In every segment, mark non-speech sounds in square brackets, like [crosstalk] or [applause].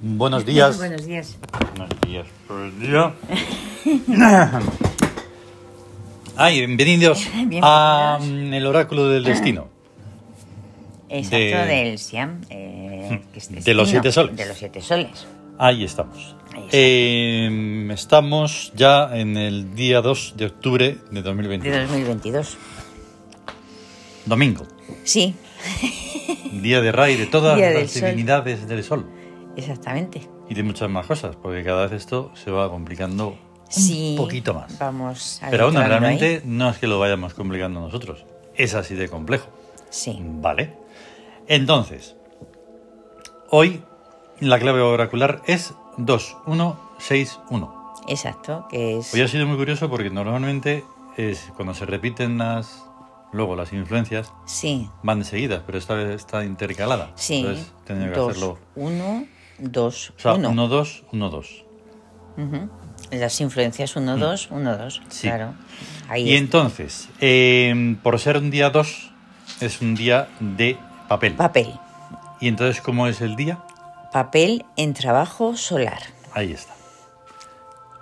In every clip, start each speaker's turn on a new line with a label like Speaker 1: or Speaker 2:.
Speaker 1: Buenos días.
Speaker 2: Buenos días.
Speaker 1: Buenos días. Buenos días. [laughs] Ay,
Speaker 2: [laughs]
Speaker 1: bienvenidos a mm, el oráculo del destino.
Speaker 2: Exacto,
Speaker 1: De- Hmm.
Speaker 2: del Siam. eh, que es
Speaker 1: De los
Speaker 2: destino,
Speaker 1: siete soles.
Speaker 2: De los siete soles.
Speaker 1: Ahí estamos.
Speaker 2: Ahí estamos.
Speaker 1: Eh, estamos ya en el día 2 de octubre de
Speaker 2: De
Speaker 1: 2021.
Speaker 2: 2022.
Speaker 1: Domingo.
Speaker 2: Sí,
Speaker 1: Día de Rai, de todas
Speaker 2: Día del
Speaker 1: las
Speaker 2: sol.
Speaker 1: divinidades del sol.
Speaker 2: exactamente.
Speaker 1: Y de muchas más cosas, porque cada vez esto se va complicando un
Speaker 2: Sí.
Speaker 1: poquito más.
Speaker 2: Vamos a
Speaker 1: Pero aún
Speaker 2: ¿eh?
Speaker 1: realmente no es que lo vayamos complicando nosotros. Es así de complejo.
Speaker 2: Sí.
Speaker 1: Vale. Entonces, hoy la clave oracular es 2161.
Speaker 2: Exacto, que es.
Speaker 1: Hoy ha sido muy curioso porque normalmente es cuando se repiten las luego las influencias
Speaker 2: Sí.
Speaker 1: van seguidas, pero esta vez está intercalada.
Speaker 2: Sí.
Speaker 1: Entonces, he tenido que
Speaker 2: dos,
Speaker 1: hacerlo.
Speaker 2: Uno, dos,
Speaker 1: O sea,
Speaker 2: uno.
Speaker 1: 1 2 1 2.
Speaker 2: Ujú. Las influencias uno, dos, uno, dos.
Speaker 1: Hmm. Sí.
Speaker 2: Claro. Ahí
Speaker 1: Y
Speaker 2: es.
Speaker 1: entonces, eh, por ser un día 2 es un día de papel.
Speaker 2: Papel.
Speaker 1: Y entonces, ¿cómo es el día?
Speaker 2: Papel en trabajo solar.
Speaker 1: Ahí está.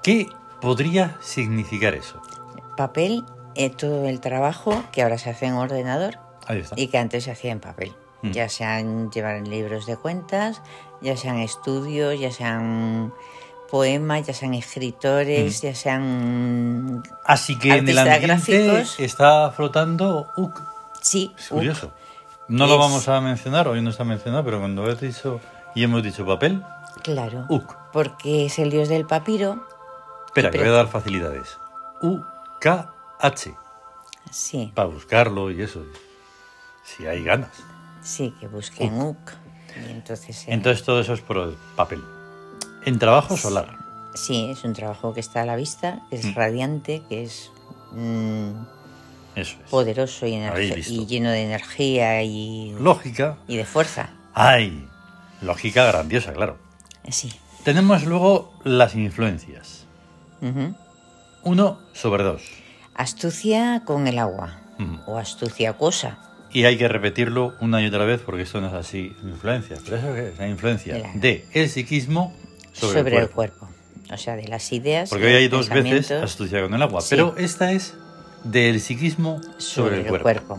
Speaker 1: ¿Qué podría significar eso?
Speaker 2: Papel, eh, todo el trabajo que ahora se hace en ordenador
Speaker 1: Ahí está.
Speaker 2: y que antes se hacía en papel.
Speaker 1: Mm.
Speaker 2: Ya sean llevar libros de cuentas, ya sean estudios, ya sean poemas, ya sean escritores,
Speaker 1: Mm.
Speaker 2: ya sean...
Speaker 1: Así que en el
Speaker 2: artistas
Speaker 1: ambiente
Speaker 2: gráficos.
Speaker 1: está flotando UC.
Speaker 2: Sí,
Speaker 1: Es
Speaker 2: uh,
Speaker 1: curioso. No lo
Speaker 2: Es-
Speaker 1: vamos a mencionar, hoy no está mencionado, pero cuando he dicho y hemos dicho papel,
Speaker 2: claro.
Speaker 1: UC.
Speaker 2: Porque es el dios del papiro,
Speaker 1: Espera, que
Speaker 2: Pero-
Speaker 1: voy a dar facilidades. UKH.
Speaker 2: sí,
Speaker 1: Para buscarlo y eso. Si hay ganas.
Speaker 2: sí, que busquen Uk. Y entonces, eh,
Speaker 1: Entonces todo eso es por el papel. En trabajo solar.
Speaker 2: sí, es un trabajo que está a la vista, que es
Speaker 1: Mm.
Speaker 2: radiante, que es mm,
Speaker 1: Eso es.
Speaker 2: poderoso y,
Speaker 1: Habéis
Speaker 2: energe-
Speaker 1: visto.
Speaker 2: y lleno de energía y,
Speaker 1: Lógica.
Speaker 2: y de fuerza.
Speaker 1: ¡Ay! Lógica grandiosa, claro.
Speaker 2: Sí.
Speaker 1: Tenemos luego las influencias.
Speaker 2: Ujú.
Speaker 1: 1 sobre 2.
Speaker 2: Astucia con el agua.
Speaker 1: Ujú.
Speaker 2: O astucia cosa.
Speaker 1: Y hay que repetirlo una y otra vez porque esto no es así. Influencia. Pero eso qué es la influencia
Speaker 2: Claro.
Speaker 1: de el psiquismo sobre,
Speaker 2: Sobre,
Speaker 1: el cuerpo.
Speaker 2: O sea, de las ideas.
Speaker 1: Porque hoy hay dos
Speaker 2: los
Speaker 1: veces
Speaker 2: pensamientos
Speaker 1: astucia con el agua.
Speaker 2: Sí.
Speaker 1: Pero esta es del psiquismo sobre,
Speaker 2: sobre
Speaker 1: el, cuerpo.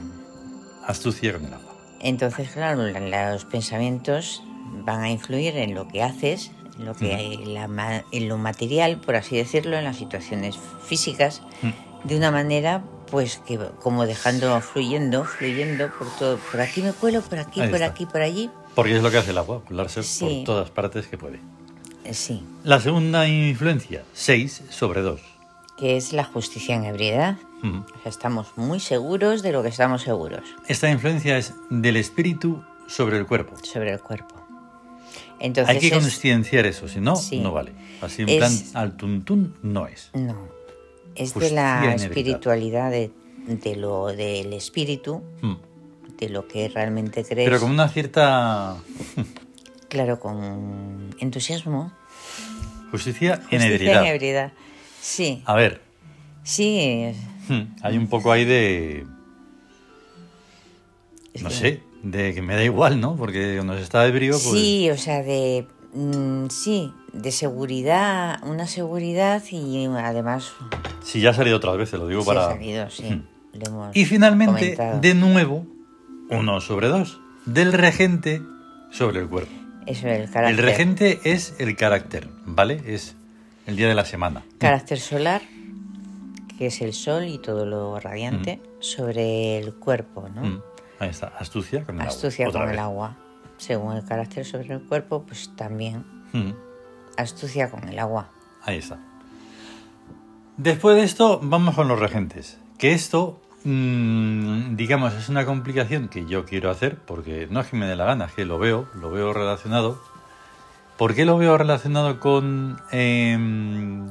Speaker 1: Astucia con el agua.
Speaker 2: Entonces, claro, la- la- los pensamientos van a influir en lo que haces, en lo, que, la ma- en lo material, por así decirlo, en las situaciones físicas, de una manera pues que como dejando fluyendo, fluyendo por todo, por aquí me cuelo, por aquí,
Speaker 1: Ahí
Speaker 2: por
Speaker 1: está.
Speaker 2: aquí, por allí.
Speaker 1: Porque es lo que hace el agua, colarse
Speaker 2: Sí.
Speaker 1: por todas partes que puede.
Speaker 2: Eh, Sí,
Speaker 1: La segunda influencia, 6 sobre 2.
Speaker 2: que es la justicia en ebriedad.
Speaker 1: Ujú.
Speaker 2: O sea, estamos muy seguros de lo que estamos seguros
Speaker 1: Esta influencia es del espíritu sobre el cuerpo.
Speaker 2: sobre el cuerpo. Entonces
Speaker 1: Hay que
Speaker 2: es-
Speaker 1: concienciar eso, si no,
Speaker 2: Sí.
Speaker 1: no vale. Así en
Speaker 2: Es-
Speaker 1: plan al tuntún no es.
Speaker 2: no es de
Speaker 1: Justicia en
Speaker 2: la
Speaker 1: ebriedad.
Speaker 2: espiritualidad de, de lo del espíritu,
Speaker 1: Mm.
Speaker 2: de lo que realmente crees.
Speaker 1: Pero con una cierta
Speaker 2: Claro, con entusiasmo.
Speaker 1: justicia, en
Speaker 2: Justicia
Speaker 1: ebriedad.
Speaker 2: en ebriedad. Sí,
Speaker 1: A ver,
Speaker 2: sí. es-
Speaker 1: mm, hay un poco ahí de.
Speaker 2: es
Speaker 1: No
Speaker 2: que-
Speaker 1: sé, de que me da igual, ¿no? Porque cuando se está ebrio, pues.
Speaker 2: Sí, o sea, de mm, sí, de seguridad, una seguridad y además
Speaker 1: Si ya ha salido otras veces, lo digo
Speaker 2: sí
Speaker 1: para.
Speaker 2: ha salido, sí.
Speaker 1: Mm.
Speaker 2: lo hemos
Speaker 1: Y finalmente,
Speaker 2: comentado.
Speaker 1: de nuevo, uno sobre dos, del regente sobre el cuerpo.
Speaker 2: Eso, el
Speaker 1: El
Speaker 2: carácter.
Speaker 1: regente es el carácter, ¿vale? Es el día de la semana.
Speaker 2: Carácter solar, que es el sol y todo lo radiante, sobre el cuerpo, ¿no?
Speaker 1: Mm, Ahí está, astucia con el
Speaker 2: Astucia
Speaker 1: agua. otra
Speaker 2: con el
Speaker 1: vez.
Speaker 2: agua. Según el carácter sobre el cuerpo, pues también
Speaker 1: Mm,
Speaker 2: astucia con el agua.
Speaker 1: Ahí está. Después de esto, vamos con los regentes. Que esto, mm, digamos, es una complicación que yo quiero hacer, porque no es que me dé la gana, es que lo veo, lo veo relacionado. ¿Por qué lo veo relacionado con, em,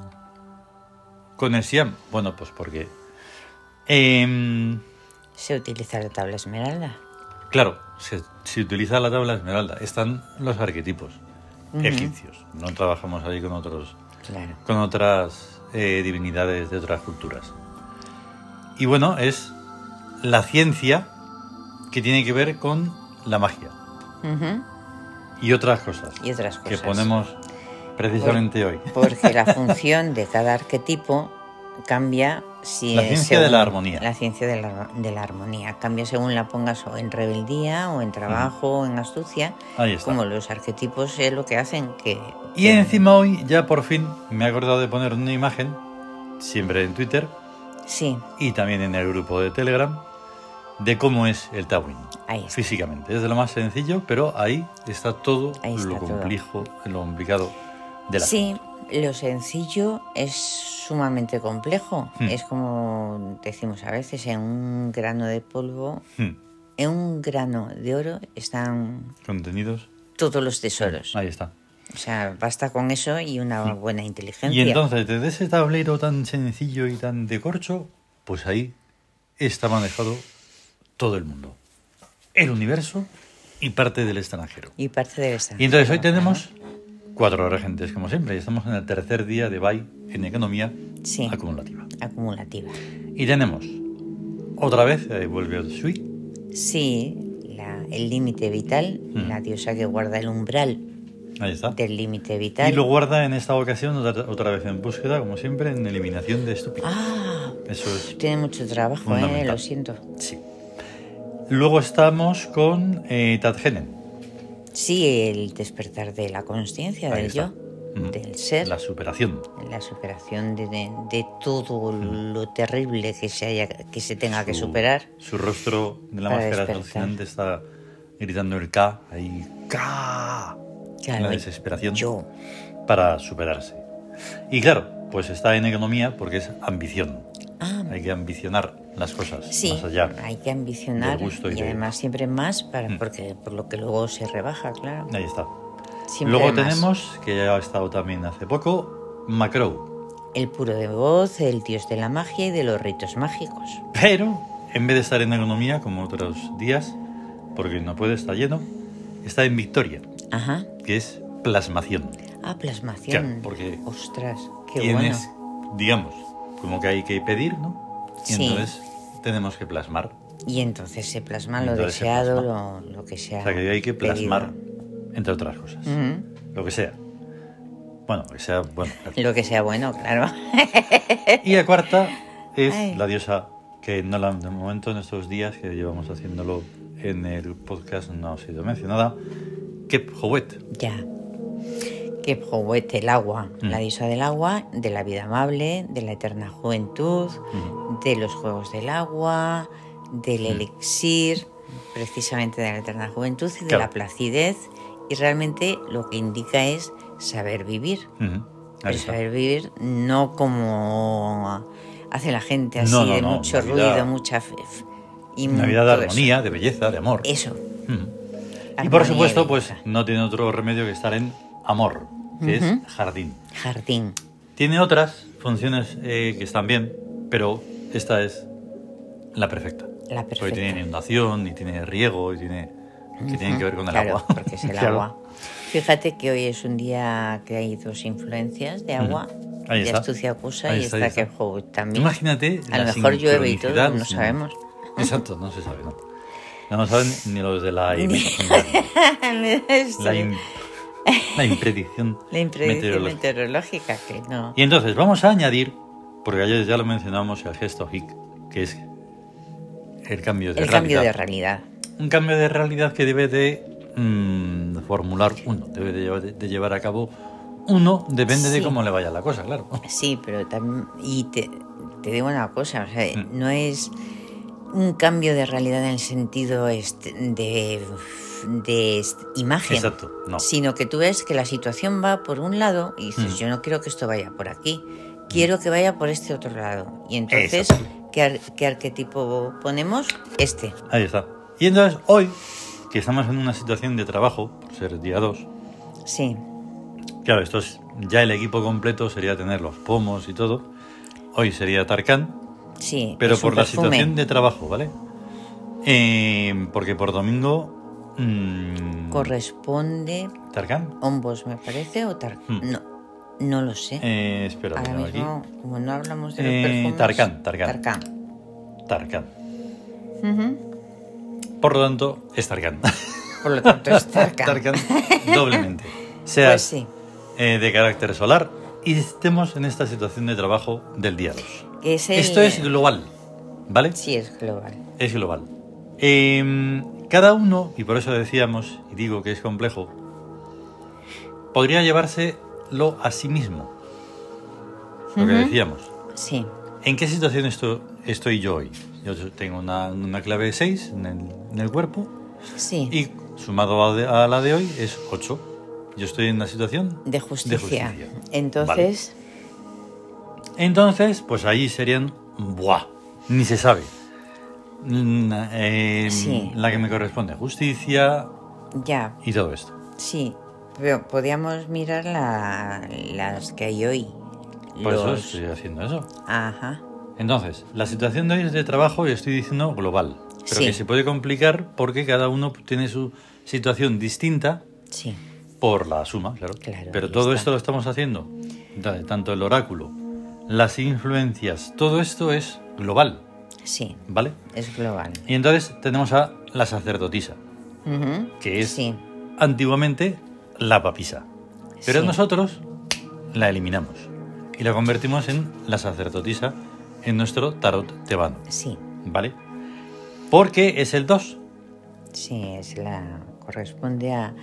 Speaker 1: con el Siam? Bueno, pues porque, em,
Speaker 2: Se utiliza la tabla esmeralda.
Speaker 1: claro, se, se utiliza la tabla esmeralda, están los arquetipos egipcios, no trabajamos ahí con otros
Speaker 2: Claro.
Speaker 1: con otras eh, divinidades de otras culturas. Y bueno, es la ciencia que tiene que ver con la magia.
Speaker 2: Ujú.
Speaker 1: Y otras cosas.
Speaker 2: y otras cosas.
Speaker 1: Que ponemos precisamente hoy. [laughs]
Speaker 2: Porque la función de cada arquetipo cambia si
Speaker 1: La
Speaker 2: es
Speaker 1: ciencia de la armonía.
Speaker 2: La ciencia de la, de la armonía cambia según la pongas o en rebeldía o en trabajo o en astucia.
Speaker 1: Ahí está.
Speaker 2: Como los arquetipos es lo que hacen que...
Speaker 1: Y encima hoy ya por fin me he acordado de poner una imagen, siempre en Twitter
Speaker 2: Sí,
Speaker 1: y también en el grupo de Telegram, de cómo es el Tawin.
Speaker 2: ahí está.
Speaker 1: Físicamente, es de lo más sencillo, pero ahí está todo
Speaker 2: Ahí está
Speaker 1: lo
Speaker 2: todo.
Speaker 1: complejo, lo complicado de la
Speaker 2: Sí, lo sencillo es sumamente complejo.
Speaker 1: Hmm.
Speaker 2: Es como decimos a veces, en un grano de polvo,
Speaker 1: Hmm.
Speaker 2: en un grano de oro están
Speaker 1: contenidos.
Speaker 2: todos los tesoros.
Speaker 1: Ahí está.
Speaker 2: O sea, basta con eso y una buena
Speaker 1: Hmm. Y
Speaker 2: inteligencia.
Speaker 1: entonces, desde ese tablero tan sencillo y tan de corcho, pues ahí está manejado todo el mundo. El universo y parte del extranjero.
Speaker 2: Y parte de esta.
Speaker 1: Y entonces hoy tenemos cuatro regentes, como siempre, y estamos en el tercer día de BAI en economía
Speaker 2: Sí.
Speaker 1: acumulativa.
Speaker 2: Acumulativa.
Speaker 1: Y tenemos otra vez, eh, vuelve el Sui,
Speaker 2: Sí, la- el límite vital,
Speaker 1: Hmm.
Speaker 2: la diosa que guarda el umbral
Speaker 1: ahí está.
Speaker 2: del límite vital.
Speaker 1: Y lo guarda en esta ocasión otra, otra vez en búsqueda, como siempre, en eliminación de estúpidos.
Speaker 2: Ah,
Speaker 1: Eso es.
Speaker 2: tiene mucho trabajo, eh,
Speaker 1: Fundamental.
Speaker 2: lo siento.
Speaker 1: Sí. Luego estamos con eh, Tadgenen.
Speaker 2: Sí, el despertar de la conciencia,
Speaker 1: Ahí
Speaker 2: del
Speaker 1: está.
Speaker 2: yo,
Speaker 1: Mm.
Speaker 2: del ser,
Speaker 1: La
Speaker 2: la,
Speaker 1: superación.
Speaker 2: superación de, de- de todo lo terrible que se, haya, que se tenga que
Speaker 1: Su-
Speaker 2: Ah, superar.
Speaker 1: Su rostro de la
Speaker 2: Para
Speaker 1: máscara
Speaker 2: despertar.
Speaker 1: alucinante está gritando el K, ahí K,
Speaker 2: Claro,
Speaker 1: la desesperación
Speaker 2: Yo,
Speaker 1: para superarse. Y claro, pues está en economía porque es ambición.
Speaker 2: Ah.
Speaker 1: Hay que ambicionar las cosas
Speaker 2: sí,
Speaker 1: más allá.
Speaker 2: hay que ambicionar
Speaker 1: del gusto y
Speaker 2: y,
Speaker 1: de-
Speaker 2: además siempre más, para,
Speaker 1: Mm.
Speaker 2: porque por lo que luego se rebaja, claro.
Speaker 1: Ahí está.
Speaker 2: Siempre
Speaker 1: Luego
Speaker 2: más.
Speaker 1: tenemos, que ya ha estado también hace poco, Macro.
Speaker 2: El puro de voz, el dios de la magia y de los ritos mágicos.
Speaker 1: Pero en vez de estar en economía como otros días, porque no puede, está lleno, está en Victoria,
Speaker 2: Ajá.
Speaker 1: que es plasmación.
Speaker 2: Ah, plasmación.
Speaker 1: Claro, porque
Speaker 2: Ostras, qué bueno.
Speaker 1: tienes, digamos, como que hay que pedir, ¿no? Y
Speaker 2: Sí.
Speaker 1: entonces tenemos que plasmar.
Speaker 2: Y entonces se plasma lo
Speaker 1: Entonces se
Speaker 2: deseado, Lo, lo que sea.
Speaker 1: O sea, que hay que plasmar,
Speaker 2: pedido.
Speaker 1: entre otras cosas,
Speaker 2: Ujú.
Speaker 1: lo que sea. Bueno, lo que sea,
Speaker 2: [laughs]
Speaker 1: bueno.
Speaker 2: Lo que sea bueno, claro. [laughs]
Speaker 1: y la cuarta es
Speaker 2: Ay.
Speaker 1: la diosa que no la, de momento en estos días que llevamos haciéndolo en el podcast no ha sido mencionada, Kephovet.
Speaker 2: ya. Que juguete el agua,
Speaker 1: Mm.
Speaker 2: la diosa del agua, de la vida amable, de la eterna juventud,
Speaker 1: Mm.
Speaker 2: de los juegos del agua, del elixir, precisamente de la eterna juventud y de
Speaker 1: Claro.
Speaker 2: la placidez. Y realmente lo que indica es saber vivir.
Speaker 1: Ujú. Ahí
Speaker 2: Pero
Speaker 1: está.
Speaker 2: saber vivir no como hace la gente así,
Speaker 1: No, no,
Speaker 2: de
Speaker 1: no,
Speaker 2: mucho
Speaker 1: Navidad-
Speaker 2: ruido, mucha... fe- f- y
Speaker 1: Una vida de
Speaker 2: Mm, todo eso.
Speaker 1: armonía, de belleza, de amor.
Speaker 2: Eso.
Speaker 1: Ujú. Y
Speaker 2: Armonía
Speaker 1: por supuesto,
Speaker 2: y
Speaker 1: pues
Speaker 2: belleza.
Speaker 1: no tiene otro remedio que estar en amor, que
Speaker 2: Ujú.
Speaker 1: es jardín.
Speaker 2: Jardín.
Speaker 1: Tiene otras funciones eh, que están bien, pero esta es la perfecta.
Speaker 2: La
Speaker 1: Porque tiene
Speaker 2: perfecta.
Speaker 1: inundación y tiene riego y tiene que tienen que ver con el
Speaker 2: Claro,
Speaker 1: agua. [laughs]
Speaker 2: porque es el
Speaker 1: Claro.
Speaker 2: agua. Fíjate que hoy es un día que hay dos influencias de agua.
Speaker 1: Mm. Ahí
Speaker 2: de
Speaker 1: está.
Speaker 2: astucia acusa
Speaker 1: Ahí
Speaker 2: y
Speaker 1: está,
Speaker 2: está,
Speaker 1: ahí está.
Speaker 2: que juego también. [laughs]
Speaker 1: Imagínate.
Speaker 2: A lo
Speaker 1: la
Speaker 2: mejor llueve y todo,
Speaker 1: sincronicidad,
Speaker 2: no
Speaker 1: sí.
Speaker 2: sabemos.
Speaker 1: [laughs] Exacto, no se sabe. No, no lo saben ni los de
Speaker 2: [laughs]
Speaker 1: la imitación. la, im- la impredicción
Speaker 2: La impredicción
Speaker 1: meteorológica.
Speaker 2: meteorológica, que no.
Speaker 1: Y entonces vamos a añadir, porque ayer ya lo mencionamos, el gesto hic, que es el cambio de
Speaker 2: El
Speaker 1: realidad.
Speaker 2: cambio de realidad.
Speaker 1: Un cambio de realidad que debe de mm, formular uno, debe de llevar, de llevar a cabo uno, depende de
Speaker 2: Sí.
Speaker 1: cómo le vaya la cosa, claro.
Speaker 2: Sí, pero también. Y te, te digo una cosa, o sea,
Speaker 1: Mm.
Speaker 2: no es un cambio de realidad en el sentido est- de, de est- imagen.
Speaker 1: Exacto, no.
Speaker 2: Sino que tú ves que la situación va por un lado y dices,
Speaker 1: Mm.
Speaker 2: yo no quiero que esto vaya por aquí, quiero que vaya por este otro lado. Y entonces,
Speaker 1: Exacto.
Speaker 2: ¿qué, ar- qué arquetipo ponemos? Este.
Speaker 1: Ahí está. Y entonces hoy, que estamos en una situación de trabajo, por ser día 2,
Speaker 2: Sí,
Speaker 1: claro, esto es, ya el equipo completo sería tener los pomos y todo. Hoy sería Tarkan,
Speaker 2: sí.
Speaker 1: Pero
Speaker 2: es un
Speaker 1: por la
Speaker 2: perfume.
Speaker 1: situación de trabajo, ¿vale? Eh, porque por domingo. mm,
Speaker 2: Corresponde
Speaker 1: Tarkan.
Speaker 2: hombos, me parece, o tar...
Speaker 1: Mm.
Speaker 2: No, no lo sé.
Speaker 1: Eh, espera,
Speaker 2: Ahora
Speaker 1: mira,
Speaker 2: mismo,
Speaker 1: aquí.
Speaker 2: como no hablamos de los
Speaker 1: Eh,
Speaker 2: perfumes...
Speaker 1: Tarkan, Tarkan.
Speaker 2: Tarkan.
Speaker 1: Tarkan.
Speaker 2: Ujú.
Speaker 1: Por lo tanto, es Tarkan.
Speaker 2: por lo tanto
Speaker 1: [laughs]
Speaker 2: es Tarkan.
Speaker 1: Tarkan
Speaker 2: [laughs]
Speaker 1: doblemente. Sea
Speaker 2: Pues sí.
Speaker 1: eh, de carácter solar y estemos en esta situación de trabajo del día 2.
Speaker 2: que es el-
Speaker 1: Esto es global, ¿vale?
Speaker 2: Sí, es global.
Speaker 1: Es global. Eh, cada uno, y por eso decíamos, y digo que es complejo, podría llevárselo a sí mismo. Lo que
Speaker 2: Ujú.
Speaker 1: decíamos.
Speaker 2: Sí.
Speaker 1: ¿En qué situación esto- estoy yo hoy? Yo tengo una, una clave de 6 en el, en el cuerpo
Speaker 2: Sí.
Speaker 1: y sumado a, de- a la de hoy es 8. Yo estoy en una situación
Speaker 2: de, justicia.
Speaker 1: de justicia.
Speaker 2: Entonces,
Speaker 1: Entonces, pues ahí serían, ¡buah! Ni se sabe. Mm, eh,
Speaker 2: Sí.
Speaker 1: La que me corresponde, justicia
Speaker 2: ya,
Speaker 1: y todo esto.
Speaker 2: sí. Pero podíamos mirar la- las que hay hoy.
Speaker 1: Por eso
Speaker 2: Los-
Speaker 1: estoy haciendo eso.
Speaker 2: Ajá.
Speaker 1: Entonces, la situación de hoy es de trabajo y estoy diciendo global. Pero
Speaker 2: Sí.
Speaker 1: que se puede complicar porque cada uno tiene su situación distinta
Speaker 2: Sí.
Speaker 1: por la suma, claro.
Speaker 2: Claro,
Speaker 1: Pero
Speaker 2: ahí
Speaker 1: todo
Speaker 2: está.
Speaker 1: esto lo estamos haciendo. Entonces, Tanto el oráculo, las influencias, todo esto es global,
Speaker 2: Sí.
Speaker 1: ¿vale?
Speaker 2: Es global.
Speaker 1: Y entonces tenemos a la sacerdotisa,
Speaker 2: Ujú.
Speaker 1: que es
Speaker 2: Sí.
Speaker 1: antiguamente la papisa. Pero
Speaker 2: Sí.
Speaker 1: nosotros la eliminamos y la convertimos en la sacerdotisa en nuestro tarot tebano,
Speaker 2: Sí.
Speaker 1: ¿vale? Porque es el 2,
Speaker 2: Sí, es la corresponde a,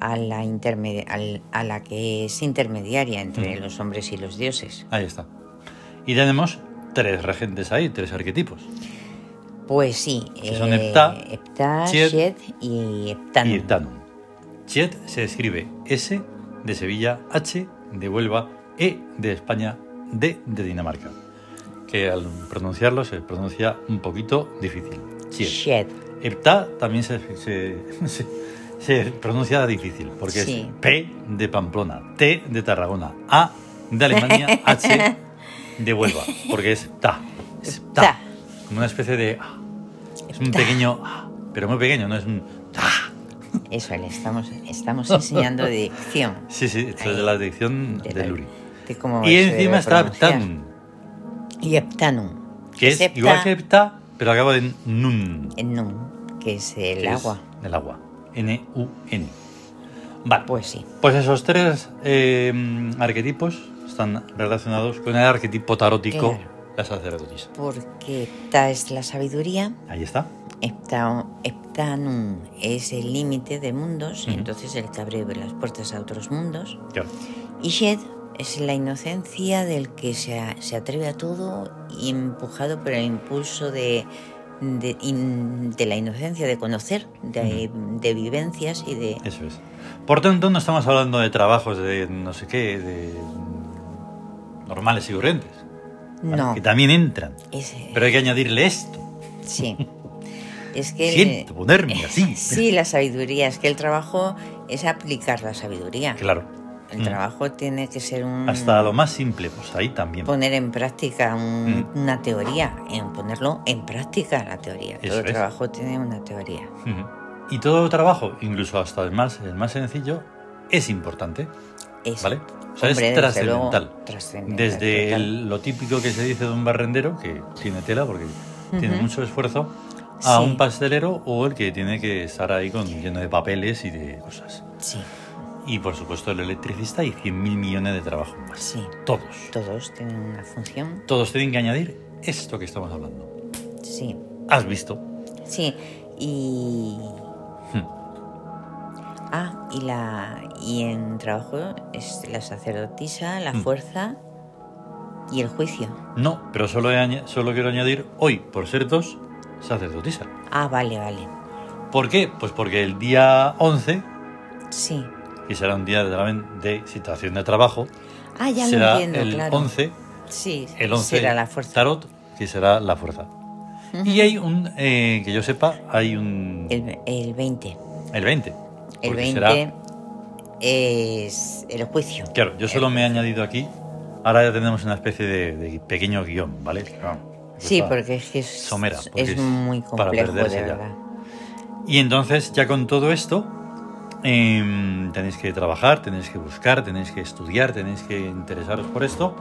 Speaker 2: a la intermedia, al- a la que es intermediaria entre
Speaker 1: Mm.
Speaker 2: los hombres y los dioses.
Speaker 1: ahí está. Y tenemos tres regentes ahí, tres arquetipos.
Speaker 2: Pues sí,
Speaker 1: Que son Heptá,
Speaker 2: Heptá,
Speaker 1: Shet
Speaker 2: Shet y Heptán.
Speaker 1: y Tanum. Chet se escribe S de Sevilla, H de Huelva, E de España, D de Dinamarca. Que al pronunciarlo se pronuncia un poquito difícil. Chet.
Speaker 2: Shet,
Speaker 1: Hepta también se, se- se- se pronuncia difícil, porque
Speaker 2: Sí.
Speaker 1: es P de Pamplona, T de Tarragona, A de Alemania,
Speaker 2: [laughs]
Speaker 1: H de Huelva, porque es ta. Es ta.
Speaker 2: Ta.
Speaker 1: Como una especie de ah. Es un pequeño ah, pero muy pequeño, no es un ta.
Speaker 2: Eso, le estamos,
Speaker 1: [laughs]
Speaker 2: estamos enseñando dirección.
Speaker 1: Sí, sí, esto es de la dirección de Luri.
Speaker 2: de cómo
Speaker 1: Y
Speaker 2: se debe
Speaker 1: encima está
Speaker 2: pronunciar.
Speaker 1: Heptanum,
Speaker 2: Y Heptanum.
Speaker 1: que es
Speaker 2: Hepta
Speaker 1: igual que Hepta, pero acaba en Nun.
Speaker 2: en Nun, que es el
Speaker 1: que es
Speaker 2: agua.
Speaker 1: Del agua. N-U-N. Vale.
Speaker 2: Pues sí,
Speaker 1: Pues esos tres eh, arquetipos están relacionados con el arquetipo tarótico,
Speaker 2: Claro.
Speaker 1: la sacerdotisa.
Speaker 2: porque Heptá es la sabiduría,
Speaker 1: Ahí está.
Speaker 2: Hepta- Heptanum es el límite de mundos,
Speaker 1: Ujú.
Speaker 2: entonces el que abre las puertas a otros mundos.
Speaker 1: Claro.
Speaker 2: Y Shed es la inocencia del que se, a- se atreve a todo y empujado por el impulso de, de, in- de la inocencia, de conocer, de, de vivencias y de...
Speaker 1: Eso es. Por tanto, no estamos hablando de trabajos de no sé qué, de mm, normales y corrientes. ¿vale?
Speaker 2: No,
Speaker 1: Que también entran.
Speaker 2: es,
Speaker 1: Pero hay que añadirle esto. [laughs]
Speaker 2: sí. Es que... el-
Speaker 1: Siento
Speaker 2: [laughs]
Speaker 1: ponerme así.
Speaker 2: sí, la sabiduría, es que el trabajo es aplicar la sabiduría.
Speaker 1: Claro.
Speaker 2: El
Speaker 1: Mm.
Speaker 2: trabajo tiene que ser un...
Speaker 1: Hasta lo más simple, pues ahí también.
Speaker 2: poner en práctica un-
Speaker 1: Mm.
Speaker 2: una teoría, en ponerlo en práctica la teoría.
Speaker 1: Eso
Speaker 2: Todo
Speaker 1: es.
Speaker 2: trabajo tiene una teoría.
Speaker 1: Ujú. Y todo trabajo, incluso hasta el más, el más sencillo, es importante.
Speaker 2: Eso.
Speaker 1: ¿Vale? O sea,
Speaker 2: Hombre,
Speaker 1: es
Speaker 2: desde
Speaker 1: trascendental.
Speaker 2: luego, trascendental,
Speaker 1: Desde
Speaker 2: total.
Speaker 1: el- lo típico que se dice de un barrendero, que tiene tela porque tiene
Speaker 2: Ujú.
Speaker 1: mucho esfuerzo, a
Speaker 2: Sí.
Speaker 1: un pastelero o el que tiene que estar ahí con, lleno de papeles y de cosas.
Speaker 2: Sí,
Speaker 1: Y por supuesto el electricista y 100.000 millones de trabajos más.
Speaker 2: sí.
Speaker 1: Todos.
Speaker 2: Todos tienen una función.
Speaker 1: Todos tienen que añadir esto que estamos hablando.
Speaker 2: Sí,
Speaker 1: ¿Has visto?
Speaker 2: sí. Y.
Speaker 1: Hmm.
Speaker 2: Ah, y la. Y en trabajo es la sacerdotisa, la
Speaker 1: Mm.
Speaker 2: fuerza y el juicio.
Speaker 1: No, pero solo, he aña- solo quiero añadir hoy, por ser dos, sacerdotisa.
Speaker 2: Ah, vale, vale.
Speaker 1: ¿Por qué? Pues porque el día 11,
Speaker 2: Sí.
Speaker 1: que será un día de, de situación de trabajo,
Speaker 2: Ah, ya
Speaker 1: será
Speaker 2: lo entiendo,
Speaker 1: el
Speaker 2: claro.
Speaker 1: 11
Speaker 2: Sí,
Speaker 1: el 11
Speaker 2: será la fuerza.
Speaker 1: tarot, que será la fuerza. Y hay un, eh, que yo sepa, hay un... El,
Speaker 2: El, el 20.
Speaker 1: 20.
Speaker 2: El
Speaker 1: porque
Speaker 2: 20
Speaker 1: será-
Speaker 2: es el juicio.
Speaker 1: claro, yo solo me he añadido aquí, ahora ya tenemos una especie de, de pequeño guión, ¿vale? No,
Speaker 2: Sí,
Speaker 1: está.
Speaker 2: porque es que es,
Speaker 1: somera,
Speaker 2: es
Speaker 1: porque es
Speaker 2: muy
Speaker 1: para
Speaker 2: complejo, de
Speaker 1: perderse ya. [laughs]
Speaker 2: verdad.
Speaker 1: Y entonces, ya con todo esto, em, tenéis que trabajar, tenéis que buscar, tenéis que estudiar, tenéis que interesaros por esto.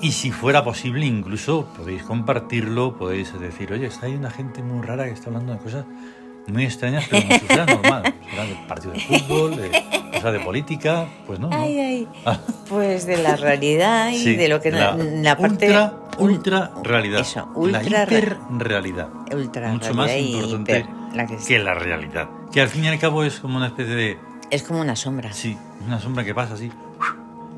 Speaker 1: Y si fuera posible, incluso podéis compartirlo,
Speaker 2: [laughs]
Speaker 1: podéis decir, oye, está ahí una gente muy rara que está hablando de cosas muy extrañas, pero como si fuera normal. Era de partido de fútbol, de cosas de política, pues no. no.
Speaker 2: Ay, ay. Pues de la realidad y de lo que no- la, parte
Speaker 1: ultra, ultra realidad.
Speaker 2: Eso, ultra
Speaker 1: la hiper realidad.
Speaker 2: ultra
Speaker 1: Mucho más
Speaker 2: realidad y
Speaker 1: importante
Speaker 2: hiper- la que es,
Speaker 1: que la realidad. Que al fin y al cabo es como una especie de
Speaker 2: es como una sombra.
Speaker 1: Sí, una sombra que pasa así.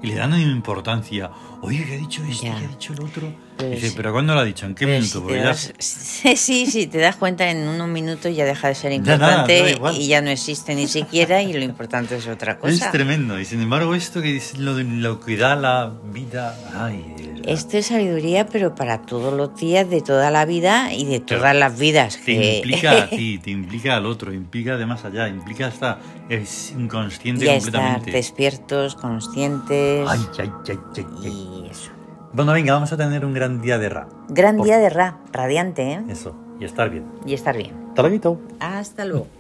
Speaker 1: Y le dan una importancia. Oye, ¿qué ha dicho este?
Speaker 2: Ya.
Speaker 1: ¿Qué ha dicho el otro?
Speaker 2: Pero
Speaker 1: Dice,
Speaker 2: sí.
Speaker 1: ¿pero cuándo lo ha dicho? ¿En qué
Speaker 2: Pero
Speaker 1: minuto?
Speaker 2: si
Speaker 1: Porque
Speaker 2: te
Speaker 1: ya-
Speaker 2: das- [laughs] sí, sí, sí, te das cuenta en unos minutos ya deja de
Speaker 1: [laughs]
Speaker 2: ser
Speaker 1: Ya nada,
Speaker 2: importante
Speaker 1: da igual.
Speaker 2: y ya no existe ni siquiera y lo importante es otra
Speaker 1: es
Speaker 2: cosa.
Speaker 1: tremendo. Y sin embargo, esto que dice lo, de lo que da la vida. Ay, de verdad.
Speaker 2: Esto es sabiduría, pero para todos los días de toda la vida y de todas las vidas.
Speaker 1: Te
Speaker 2: que- [laughs]
Speaker 1: implica a ti, te implica al otro, implica de más allá, implica hasta el inconsciente
Speaker 2: ya estar
Speaker 1: completamente.
Speaker 2: despiertos, conscientes
Speaker 1: Ay, ay, ay, ay, ay.
Speaker 2: y eso.
Speaker 1: Bueno, venga, vamos a tener un gran día de ra.
Speaker 2: Gran
Speaker 1: Por-
Speaker 2: día de Ra, radiante, ¿eh?
Speaker 1: Eso, y estar bien.
Speaker 2: Y estar bien.
Speaker 1: Hasta luego.
Speaker 2: Hasta luego.